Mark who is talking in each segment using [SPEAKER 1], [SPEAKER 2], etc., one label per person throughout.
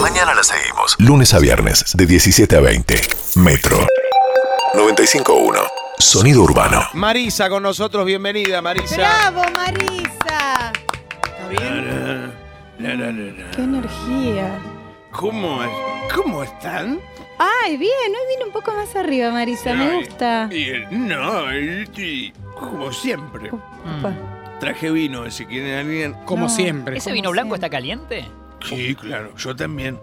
[SPEAKER 1] Mañana la seguimos. Lunes a viernes, de 17 a 20. Metro. 95.1. Sonido urbano.
[SPEAKER 2] Marisa con nosotros, bienvenida Marisa.
[SPEAKER 3] ¡Bravo, Marisa!
[SPEAKER 4] La, la, la, la.
[SPEAKER 3] ¡Qué energía!
[SPEAKER 4] ¿Cómo, es- ¿Cómo están?
[SPEAKER 3] ¡Ay, bien! Hoy vino un poco más arriba, Marisa, me
[SPEAKER 4] Ay,
[SPEAKER 3] gusta.
[SPEAKER 4] y el- no, el- y como siempre.
[SPEAKER 3] Oh. Opa.
[SPEAKER 4] Traje vino, si quieren alguien.
[SPEAKER 5] Como
[SPEAKER 3] No.
[SPEAKER 5] siempre.
[SPEAKER 6] ¿Ese
[SPEAKER 3] como
[SPEAKER 6] vino blanco
[SPEAKER 3] siempre.
[SPEAKER 6] está caliente?
[SPEAKER 3] Oh.
[SPEAKER 4] Sí, claro, yo también.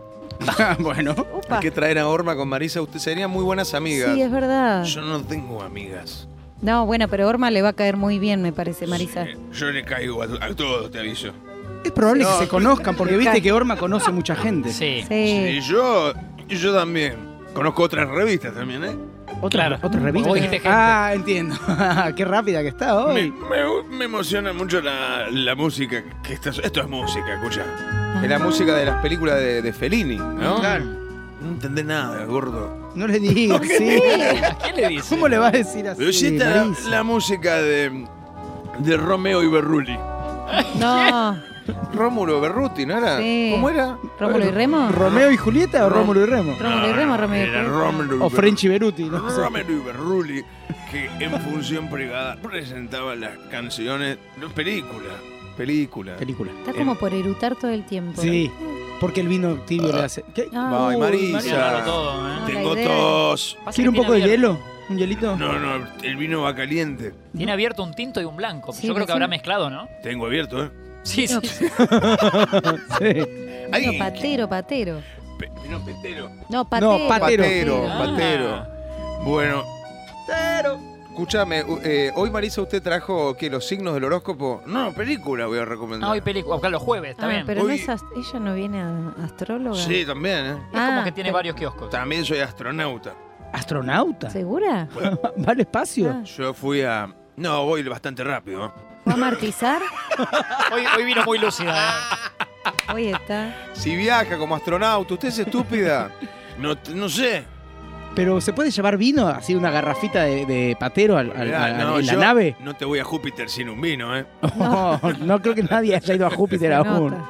[SPEAKER 3] Ah,
[SPEAKER 5] bueno.
[SPEAKER 2] Hay
[SPEAKER 3] Upa.
[SPEAKER 2] que traer a Orma con Marisa, ustedes serían muy buenas amigas.
[SPEAKER 3] Sí, es verdad.
[SPEAKER 4] Yo no tengo amigas.
[SPEAKER 3] No, bueno, pero Orma le va a caer muy bien, me parece, Marisa.
[SPEAKER 4] Sí, yo le caigo a, a todos, te aviso.
[SPEAKER 5] Es probable
[SPEAKER 4] No.
[SPEAKER 5] que se conozcan, porque viste que Orma conoce mucha gente.
[SPEAKER 6] Sí.
[SPEAKER 4] Y
[SPEAKER 3] Sí.
[SPEAKER 4] yo, yo también. Conozco otras revistas también, ¿eh?
[SPEAKER 5] Otra,
[SPEAKER 6] Claro.
[SPEAKER 5] otra revista.
[SPEAKER 6] Vos dijiste gente.
[SPEAKER 5] Ah, entiendo. Qué rápida que está
[SPEAKER 4] Me,
[SPEAKER 5] hoy.
[SPEAKER 4] me- me emociona mucho la, la música. Que está- esto es música, escucha. Mm,
[SPEAKER 2] Es la música de las películas de, de Fellini, ¿no?
[SPEAKER 4] No entendés nada, gordo.
[SPEAKER 5] No le digas, sí.
[SPEAKER 6] ¿A quién le dice?
[SPEAKER 5] ¿Cómo le vas a decir
[SPEAKER 2] Ah,
[SPEAKER 5] así?
[SPEAKER 4] Pero sí está la,
[SPEAKER 5] Marisa?
[SPEAKER 4] la música de, de Romeo y Berrulli.
[SPEAKER 3] No.
[SPEAKER 2] Rómulo Berruti, ¿no era?
[SPEAKER 3] Sí.
[SPEAKER 2] ¿Cómo era?
[SPEAKER 3] ¿Rómulo y Remo?
[SPEAKER 5] ¿Romeo y Julieta o Rómulo y Remo?
[SPEAKER 3] Rómulo y Remo, Romeo y
[SPEAKER 4] Era
[SPEAKER 3] Julieta.
[SPEAKER 4] Rómulo y
[SPEAKER 5] O
[SPEAKER 4] Berru-
[SPEAKER 5] French y Beruti. No sé.
[SPEAKER 4] Romero y Berrulli, que en función privada presentaba las canciones, las películas.
[SPEAKER 2] Película.
[SPEAKER 5] Película.
[SPEAKER 3] Está como por erutar todo el tiempo.
[SPEAKER 5] Sí. Porque el vino tibio le hace. ¿Qué? Uh,
[SPEAKER 3] Ah,
[SPEAKER 2] Ay,
[SPEAKER 3] uy,
[SPEAKER 2] Marisa.
[SPEAKER 6] Mario agarró todo, ¿eh?
[SPEAKER 3] No, la
[SPEAKER 4] Tengo
[SPEAKER 3] idea-
[SPEAKER 4] tos.
[SPEAKER 6] Pasa
[SPEAKER 5] ¿Quiere un
[SPEAKER 6] que
[SPEAKER 5] poco de
[SPEAKER 6] tiene abierto-
[SPEAKER 5] hielo? ¿Un hielito?
[SPEAKER 4] No, no, el vino va caliente.
[SPEAKER 6] Tiene abierto un tinto y un blanco.
[SPEAKER 3] Sí,
[SPEAKER 6] Yo creo que
[SPEAKER 3] recién-
[SPEAKER 6] habrá mezclado, ¿no?
[SPEAKER 4] Tengo abierto, ¿eh?
[SPEAKER 6] Sí, sí. sí.
[SPEAKER 5] Sí.
[SPEAKER 3] No, patero, patero.
[SPEAKER 4] Pe- no, petero.
[SPEAKER 3] No, patero.
[SPEAKER 5] patero.
[SPEAKER 2] Patero,
[SPEAKER 3] Ah.
[SPEAKER 2] patero.
[SPEAKER 4] Bueno,
[SPEAKER 2] Escúchame, u- eh, hoy Marisa, ¿usted trajo qué? ¿Los signos del horóscopo?
[SPEAKER 4] no, película voy a recomendar.
[SPEAKER 6] Ah, hoy película. Acá los jueves, está
[SPEAKER 3] Ah,
[SPEAKER 6] bien.
[SPEAKER 3] pero no
[SPEAKER 4] Hoy-
[SPEAKER 3] es ast- ella no viene a astróloga.
[SPEAKER 4] sí, también, ¿eh?
[SPEAKER 6] Es como
[SPEAKER 3] Ah,
[SPEAKER 6] que tiene
[SPEAKER 3] pero-
[SPEAKER 6] varios kioscos.
[SPEAKER 4] También soy astronauta.
[SPEAKER 5] ¿Astronauta?
[SPEAKER 3] ¿Segura?
[SPEAKER 5] ¿Va al espacio?
[SPEAKER 3] Ah.
[SPEAKER 4] Yo fui a... No, voy bastante rápido. ¿eh?
[SPEAKER 3] ¿Va a martizar?
[SPEAKER 6] Hoy, hoy vino muy lúcida. ¿eh?
[SPEAKER 3] Hoy está.
[SPEAKER 2] Si viaja como astronauta, ¿usted es estúpida?
[SPEAKER 4] No, t- no sé.
[SPEAKER 5] ¿Pero se puede llevar vino, así una garrafita de, de patero al- al-
[SPEAKER 4] Mirá,
[SPEAKER 5] al-
[SPEAKER 4] no,
[SPEAKER 5] en la
[SPEAKER 4] yo
[SPEAKER 5] nave?
[SPEAKER 4] No te voy a Júpiter sin un vino, ¿eh?
[SPEAKER 5] No, no creo que nadie haya ido a Júpiter
[SPEAKER 3] Se
[SPEAKER 5] aún.
[SPEAKER 3] nota.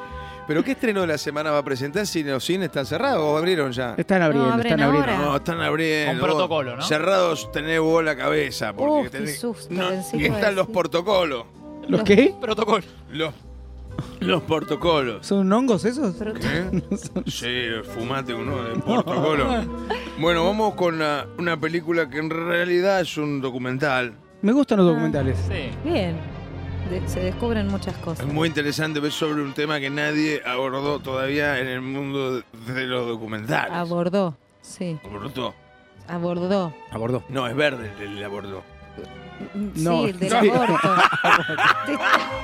[SPEAKER 2] ¿Pero qué estreno de la semana va a presentar si los cines están cerrados o abrieron ya?
[SPEAKER 5] Están abriendo,
[SPEAKER 3] No, abren
[SPEAKER 5] están abriendo.
[SPEAKER 3] ahora.
[SPEAKER 4] No, están abriendo.
[SPEAKER 6] Con
[SPEAKER 4] vos.
[SPEAKER 6] protocolo, ¿no?
[SPEAKER 4] Cerrados tenés vos la cabeza. Porque
[SPEAKER 3] Uf, qué
[SPEAKER 4] tenés-
[SPEAKER 3] susto,
[SPEAKER 4] No,
[SPEAKER 3] pensé que iba a
[SPEAKER 4] están los
[SPEAKER 3] decir.
[SPEAKER 4] protocolos.
[SPEAKER 5] ¿Los qué?
[SPEAKER 6] Protocolo.
[SPEAKER 4] Los, los protocolos.
[SPEAKER 5] ¿Son hongos esos?
[SPEAKER 3] Pero-
[SPEAKER 4] ¿Eh? Sí, fumate uno de protocolo. Bueno, vamos con la- una película que en realidad es un documental.
[SPEAKER 5] Me gustan los
[SPEAKER 3] Ah.
[SPEAKER 5] documentales.
[SPEAKER 6] Sí.
[SPEAKER 3] Bien. De- se descubren muchas
[SPEAKER 4] Es
[SPEAKER 3] cosas.
[SPEAKER 4] muy interesante, es sobre un tema que nadie abordó todavía en el mundo de los documentales.
[SPEAKER 3] Ah, Abordó. Sí,
[SPEAKER 4] abordó.
[SPEAKER 3] abordó.
[SPEAKER 5] Abordó.
[SPEAKER 4] No, es verde el, el abordó.
[SPEAKER 5] No.
[SPEAKER 3] Sí, el del
[SPEAKER 5] Sí.
[SPEAKER 3] aborto.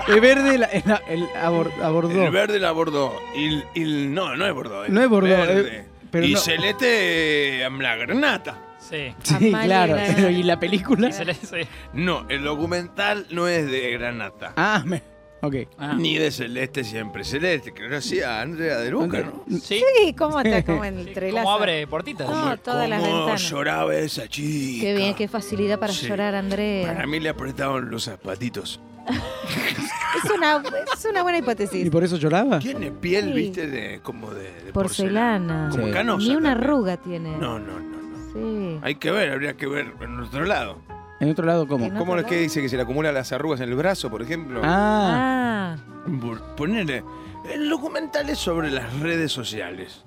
[SPEAKER 5] El verde la- el- el abor- abordó.
[SPEAKER 4] El verde la abordó. Y, el- y el- no, no es bordó.
[SPEAKER 5] No es Bordeaux,
[SPEAKER 4] verde.
[SPEAKER 5] eh, pero
[SPEAKER 4] y
[SPEAKER 5] no.
[SPEAKER 4] celeste eh, la granata.
[SPEAKER 6] Sí.
[SPEAKER 5] Sí,
[SPEAKER 3] Amalia.
[SPEAKER 5] claro. Pero, ¿Y la película?
[SPEAKER 6] Y se le- sí.
[SPEAKER 4] No, el documental no es de granata.
[SPEAKER 5] Ah, me... ok.
[SPEAKER 6] Ah.
[SPEAKER 4] Ni de celeste siempre. Celeste, que lo hacía Andrea de Luca, ¿no?
[SPEAKER 6] Sí.
[SPEAKER 3] Sí, cómo está como entrelaza.
[SPEAKER 6] ¿Cómo abre portitas?
[SPEAKER 3] No, todas las
[SPEAKER 4] ¿Cómo
[SPEAKER 3] ventanas.
[SPEAKER 4] lloraba esa chica?
[SPEAKER 3] Qué bien, qué facilidad para
[SPEAKER 4] Sí.
[SPEAKER 3] llorar, Andrea.
[SPEAKER 4] Para mí le apretaban los zapatitos.
[SPEAKER 3] Es una, es una buena hipótesis.
[SPEAKER 5] ¿Y por eso lloraba?
[SPEAKER 4] Tiene piel,
[SPEAKER 3] Sí.
[SPEAKER 4] viste, de, como de, de
[SPEAKER 3] Porcelana.
[SPEAKER 4] Como
[SPEAKER 5] Sí.
[SPEAKER 4] canosa.
[SPEAKER 3] Ni una
[SPEAKER 4] también.
[SPEAKER 3] arruga tiene.
[SPEAKER 4] No, no, no, no.
[SPEAKER 3] Sí.
[SPEAKER 4] Hay que ver, habría que ver en otro lado.
[SPEAKER 5] ¿En otro lado cómo?
[SPEAKER 3] Que no-
[SPEAKER 2] ¿Cómo es que dice que se le acumulan las arrugas en el brazo, por ejemplo?
[SPEAKER 5] Ah,
[SPEAKER 3] Ah,
[SPEAKER 4] Por- Ponele. El documental es sobre las redes sociales.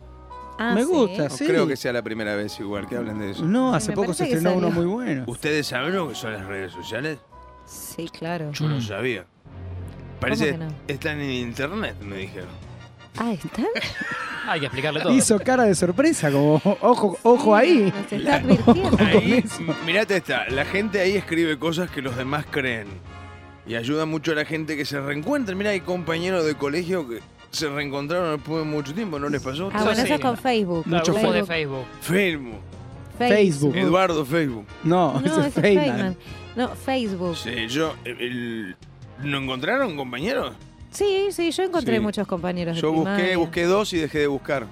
[SPEAKER 3] ah,
[SPEAKER 5] me
[SPEAKER 3] sí.
[SPEAKER 5] gusta,
[SPEAKER 2] no
[SPEAKER 5] sí.
[SPEAKER 2] creo que sea la primera vez igual que hablan de eso.
[SPEAKER 5] No,
[SPEAKER 3] Ah,
[SPEAKER 5] hace
[SPEAKER 3] Me
[SPEAKER 5] poco
[SPEAKER 3] parece
[SPEAKER 5] se
[SPEAKER 3] que
[SPEAKER 5] estrenó
[SPEAKER 3] salió.
[SPEAKER 5] uno muy bueno.
[SPEAKER 4] ¿Ustedes saben lo que son las redes sociales?
[SPEAKER 3] Sí, claro.
[SPEAKER 4] Yo
[SPEAKER 5] Mm.
[SPEAKER 4] no sabía. Parece
[SPEAKER 3] que no?
[SPEAKER 4] están en internet, me dijeron.
[SPEAKER 3] Ah, ¿está?
[SPEAKER 6] Hay que explicarle todo.
[SPEAKER 5] Hizo cara de sorpresa, como ojo, ojo ahí.
[SPEAKER 3] Nos está advirtiendo.
[SPEAKER 5] con
[SPEAKER 4] Ahí,
[SPEAKER 5] eso.
[SPEAKER 4] m- mirate esta, la gente ahí escribe cosas que los demás creen. Y ayuda mucho a la gente que se reencuentra. Mira, hay compañeros de colegio que se reencontraron después de mucho tiempo, ¿no les pasó?
[SPEAKER 3] Ah, bueno,
[SPEAKER 6] Sí.
[SPEAKER 3] eso es con Facebook.
[SPEAKER 5] Mucho
[SPEAKER 6] grupo de Facebook.
[SPEAKER 4] Facebook.
[SPEAKER 5] Facebook.
[SPEAKER 4] Eduardo Facebook.
[SPEAKER 3] No,
[SPEAKER 5] No, ese es
[SPEAKER 3] ese es
[SPEAKER 5] Feynman.
[SPEAKER 3] Feynman. No, Facebook. Sí,
[SPEAKER 4] Sí, yo. el- el- ¿No encontraron, compañeros?
[SPEAKER 3] sí, yo encontré
[SPEAKER 2] Sí.
[SPEAKER 3] muchos compañeros de
[SPEAKER 2] Yo busqué,
[SPEAKER 3] primaria.
[SPEAKER 2] busqué dos y dejé de buscar.
[SPEAKER 3] Uy,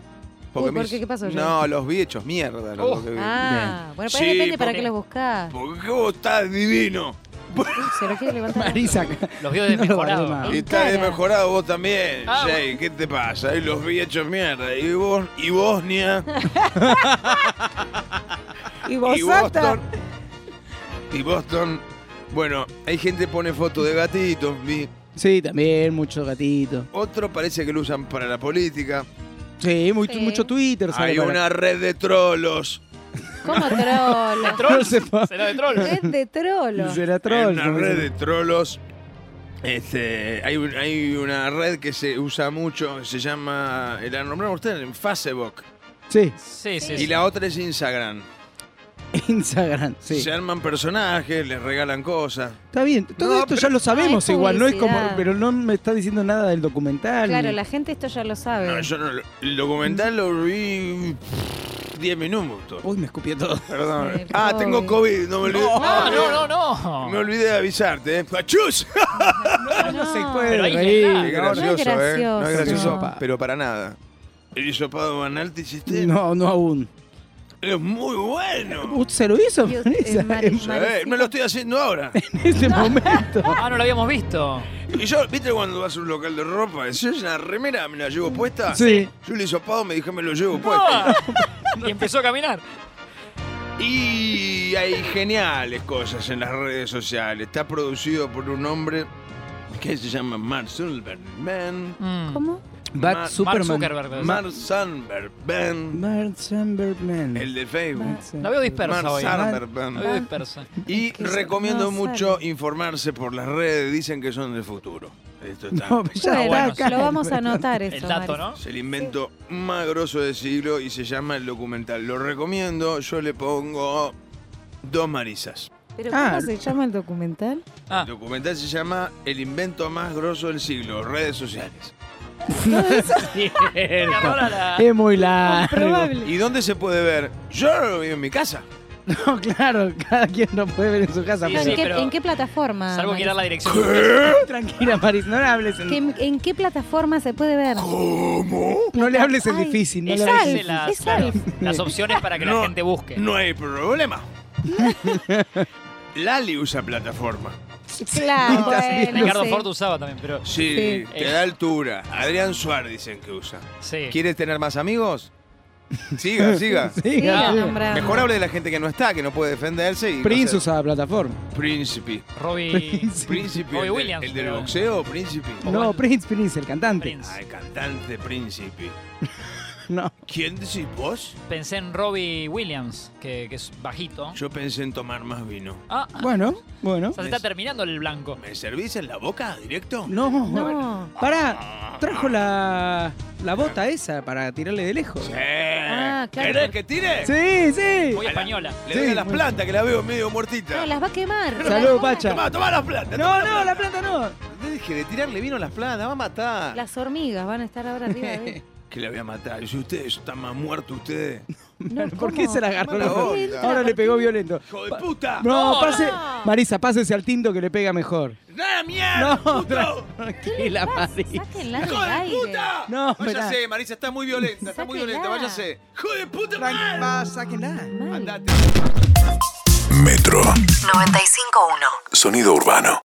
[SPEAKER 3] ¿por
[SPEAKER 2] mis-
[SPEAKER 3] qué? ¿Qué pasó, Johnny?
[SPEAKER 2] No, los vi hechos mierda. los
[SPEAKER 6] Oh.
[SPEAKER 2] dos que vi.
[SPEAKER 3] Ah, bueno, pero
[SPEAKER 4] Sí,
[SPEAKER 3] depende para
[SPEAKER 4] porque-
[SPEAKER 3] qué los buscás.
[SPEAKER 4] Porque vos estás divino.
[SPEAKER 3] Se lo quiere levantar.
[SPEAKER 5] Marisa.
[SPEAKER 6] Los vio desmejorados.
[SPEAKER 5] No lo guardé más.
[SPEAKER 4] Y Está
[SPEAKER 3] cara.
[SPEAKER 4] desmejorado vos también,
[SPEAKER 6] Ah,
[SPEAKER 4] Jay. ¿Qué te pasa? Y los vi hechos mierda. Y, vos, y Bosnia.
[SPEAKER 3] Y vos,
[SPEAKER 4] y
[SPEAKER 3] Santa.
[SPEAKER 4] Boston. Y Boston. Bueno, hay gente pone foto de gatitos. vi.
[SPEAKER 5] Sí, también, mucho gatito.
[SPEAKER 4] Otro parece que lo usan para la política.
[SPEAKER 5] Sí, muy-
[SPEAKER 3] Sí.
[SPEAKER 5] mucho Twitter. sale
[SPEAKER 4] Hay
[SPEAKER 5] para-
[SPEAKER 4] una red de trolos.
[SPEAKER 3] ¿Cómo trolo?
[SPEAKER 5] No
[SPEAKER 6] ¿Trolls?
[SPEAKER 5] se puede.
[SPEAKER 6] Será de trolls.
[SPEAKER 3] Es de trolo.
[SPEAKER 5] Será
[SPEAKER 4] Hay
[SPEAKER 5] troll.
[SPEAKER 4] una
[SPEAKER 5] como
[SPEAKER 4] red
[SPEAKER 5] dicen.
[SPEAKER 4] de trolos. Este, hay, un- hay una red que se usa mucho, se llama, la nombraron ustedes en Facebook.
[SPEAKER 5] Sí,
[SPEAKER 6] Sí, sí.
[SPEAKER 4] Y
[SPEAKER 6] sí.
[SPEAKER 4] la otra es Instagram.
[SPEAKER 5] Instagram. Sí.
[SPEAKER 4] Se arman personajes, les regalan cosas.
[SPEAKER 5] Está bien. Todo
[SPEAKER 4] No,
[SPEAKER 5] esto
[SPEAKER 4] pero-
[SPEAKER 5] ya lo sabemos
[SPEAKER 3] Ah, es
[SPEAKER 5] igual, no es como.
[SPEAKER 3] publicidad.
[SPEAKER 5] Pero no me está diciendo nada del documental.
[SPEAKER 3] Claro,
[SPEAKER 5] ni-
[SPEAKER 3] la gente esto ya lo sabe.
[SPEAKER 4] No, yo no, lo- el documental lo vi 10 minutos.
[SPEAKER 5] Uy, me escupió todo.
[SPEAKER 4] Perdón.
[SPEAKER 3] Sí,
[SPEAKER 4] Ah,
[SPEAKER 3] pobre.
[SPEAKER 4] tengo COVID, no me olvidé.
[SPEAKER 6] No,
[SPEAKER 4] Ah,
[SPEAKER 6] no, no,
[SPEAKER 4] Me
[SPEAKER 6] no.
[SPEAKER 4] olvidé de avisarte, ¿eh? ¡Achus!
[SPEAKER 3] no,
[SPEAKER 6] Pero ahí está.
[SPEAKER 4] Qué
[SPEAKER 6] No,
[SPEAKER 3] no
[SPEAKER 4] gracioso,
[SPEAKER 3] es
[SPEAKER 4] ¿eh? No es
[SPEAKER 3] gracioso.
[SPEAKER 4] gracioso,
[SPEAKER 5] No.
[SPEAKER 4] pero para nada. El hisopado banal te hiciste.
[SPEAKER 5] No, no aún.
[SPEAKER 4] Es muy bueno.
[SPEAKER 5] ¿Usted se lo hizo?
[SPEAKER 3] Dios,
[SPEAKER 5] Marisa?
[SPEAKER 3] eh, Mari-
[SPEAKER 5] en
[SPEAKER 4] ¿Sabés? Me lo estoy haciendo ahora.
[SPEAKER 5] este momento.
[SPEAKER 6] Ah, no lo habíamos visto.
[SPEAKER 4] Y yo, ¿viste cuando vas a un local de ropa? Si es una remera, me la llevo puesta.
[SPEAKER 5] Sí.
[SPEAKER 4] Yo el hisopado me dije, me lo llevo puesto.
[SPEAKER 6] Ah, Y empezó a caminar.
[SPEAKER 4] Y hay geniales cosas en las redes sociales. Está producido por un hombre que se llama Mark Zuckerberg.
[SPEAKER 6] Mm.
[SPEAKER 3] ¿Cómo?
[SPEAKER 5] Bat
[SPEAKER 4] Mark
[SPEAKER 6] Mark
[SPEAKER 5] Superman.
[SPEAKER 6] Zuckerberg.
[SPEAKER 4] Mark Zuckerberg,
[SPEAKER 5] Mark Zuckerberg.
[SPEAKER 4] el de Facebook.
[SPEAKER 6] La veo dispersa
[SPEAKER 4] Mark
[SPEAKER 6] hoy. La
[SPEAKER 4] Zuckerberg.
[SPEAKER 6] veo dispersa.
[SPEAKER 4] Y
[SPEAKER 3] Es que
[SPEAKER 4] recomiendo
[SPEAKER 3] no sale.
[SPEAKER 4] mucho informarse por las redes. Dicen que son del futuro. Esto está.
[SPEAKER 5] No, pero ya
[SPEAKER 3] Bueno,
[SPEAKER 5] está
[SPEAKER 6] bueno,
[SPEAKER 5] acá.
[SPEAKER 3] lo vamos a anotar eso.
[SPEAKER 6] El dato,
[SPEAKER 3] Mari.
[SPEAKER 6] ¿no?
[SPEAKER 4] Es el invento más grosso del siglo y se llama el documental. Lo recomiendo. Yo le pongo dos marisas.
[SPEAKER 3] ¿Pero
[SPEAKER 5] Ah.
[SPEAKER 3] cómo se llama el documental?
[SPEAKER 6] Ah,
[SPEAKER 4] El documental se llama El invento más grosso del siglo, redes sociales.
[SPEAKER 6] cierto. La...
[SPEAKER 5] Es muy largo.
[SPEAKER 4] ¿Y dónde se puede ver? Yo no lo vi en mi casa.
[SPEAKER 5] No, claro, cada quien lo puede ver en su casa.
[SPEAKER 6] Sí,
[SPEAKER 3] ¿En,
[SPEAKER 5] pero-
[SPEAKER 3] qué,
[SPEAKER 6] pero-
[SPEAKER 3] en qué plataforma?
[SPEAKER 6] Salvo que
[SPEAKER 3] Mari?
[SPEAKER 6] era la dirección.
[SPEAKER 5] Tranquila, Maris, no le hables en,
[SPEAKER 3] ¿Que en, en qué plataforma se puede ver?
[SPEAKER 5] no le hables en
[SPEAKER 3] Ay,
[SPEAKER 5] difícil. No le
[SPEAKER 3] es
[SPEAKER 5] hables
[SPEAKER 3] algo.
[SPEAKER 5] en-
[SPEAKER 6] Ese, las,
[SPEAKER 3] es
[SPEAKER 6] claro,
[SPEAKER 3] Alf.
[SPEAKER 6] las opciones para que
[SPEAKER 4] No.
[SPEAKER 6] la gente busque.
[SPEAKER 4] No hay problema. Lali usa plataforma.
[SPEAKER 3] Claro, bueno,
[SPEAKER 6] Ricardo
[SPEAKER 3] sí.
[SPEAKER 6] Ford usaba también, pero
[SPEAKER 4] Sí,
[SPEAKER 3] Sí.
[SPEAKER 4] te da altura. Adrián Suárez dicen que usa.
[SPEAKER 6] sí.
[SPEAKER 2] ¿Quieres tener más amigos?
[SPEAKER 4] Siga, siga.
[SPEAKER 5] Sí,
[SPEAKER 3] Sí, la
[SPEAKER 5] sí.
[SPEAKER 3] nombramos.
[SPEAKER 2] Mejor hable de la gente que no está, que no puede defenderse y. no
[SPEAKER 5] Prince
[SPEAKER 2] sé.
[SPEAKER 5] usaba plataforma.
[SPEAKER 4] Príncipe.
[SPEAKER 6] Robbie
[SPEAKER 4] Príncipe.
[SPEAKER 6] Robbie
[SPEAKER 4] el de-
[SPEAKER 6] Williams,
[SPEAKER 4] El del
[SPEAKER 6] pero-
[SPEAKER 4] boxeo, príncipe.
[SPEAKER 5] No, Prince, Prince, el cantante.
[SPEAKER 6] Prince.
[SPEAKER 4] Ay, cantante príncipe.
[SPEAKER 5] No.
[SPEAKER 4] ¿Quién decís vos?
[SPEAKER 6] Pensé en Robbie Williams, que, que es bajito.
[SPEAKER 4] Yo pensé en tomar más vino.
[SPEAKER 6] Ah,
[SPEAKER 5] Bueno, bueno.
[SPEAKER 6] o sea, se está terminando el blanco.
[SPEAKER 4] ¿Me servís en la boca directo?
[SPEAKER 5] No,
[SPEAKER 3] No.
[SPEAKER 5] Pará, trajo la, la bota esa para tirarle de lejos.
[SPEAKER 4] Sí.
[SPEAKER 3] Ah, claro,
[SPEAKER 4] ¿Querés
[SPEAKER 3] porque-
[SPEAKER 4] que tire?
[SPEAKER 5] Sí, sí.
[SPEAKER 6] Muy española.
[SPEAKER 4] Le doy
[SPEAKER 5] Sí.
[SPEAKER 4] a las plantas que la veo medio muertita.
[SPEAKER 3] No, Ah, las va a quemar.
[SPEAKER 5] Salud,
[SPEAKER 3] Las-
[SPEAKER 5] Pacha.
[SPEAKER 4] Tomá, tomá las plantas.
[SPEAKER 5] No, no, la planta no.
[SPEAKER 2] Deje de tirarle vino a las plantas, va a matar.
[SPEAKER 3] Las hormigas van a estar ahora arriba de
[SPEAKER 4] Que la voy a matar. Y si ustedes están más muertos ustedes.
[SPEAKER 3] No,
[SPEAKER 5] ¿Por qué
[SPEAKER 3] ¿cómo?
[SPEAKER 5] se la agarró?
[SPEAKER 4] Mala
[SPEAKER 5] la
[SPEAKER 4] onda.
[SPEAKER 5] bota? Ahora le pegó violento.
[SPEAKER 4] ¡Hijo de
[SPEAKER 5] Pa-
[SPEAKER 4] puta!
[SPEAKER 5] No,
[SPEAKER 6] No,
[SPEAKER 5] pase.
[SPEAKER 3] no.
[SPEAKER 5] Marisa, pásese al tinto que le pega mejor.
[SPEAKER 4] ¡Nada mierda!
[SPEAKER 5] No,
[SPEAKER 4] Ah, puto!
[SPEAKER 5] tranquila, Marisa.
[SPEAKER 3] Sáquenla del
[SPEAKER 4] ¡Hijo de
[SPEAKER 3] aire.
[SPEAKER 4] puta!
[SPEAKER 5] No, pará.
[SPEAKER 2] Váyase, Marisa, está muy violenta, está muy
[SPEAKER 3] Sáquela.
[SPEAKER 2] violenta, váyase.
[SPEAKER 4] ¡Hijo de puta!
[SPEAKER 5] Tranqui- va, sáquenla.
[SPEAKER 3] Mari.
[SPEAKER 2] Andate.
[SPEAKER 1] Metro.
[SPEAKER 7] 95.1.
[SPEAKER 1] Sonido urbano.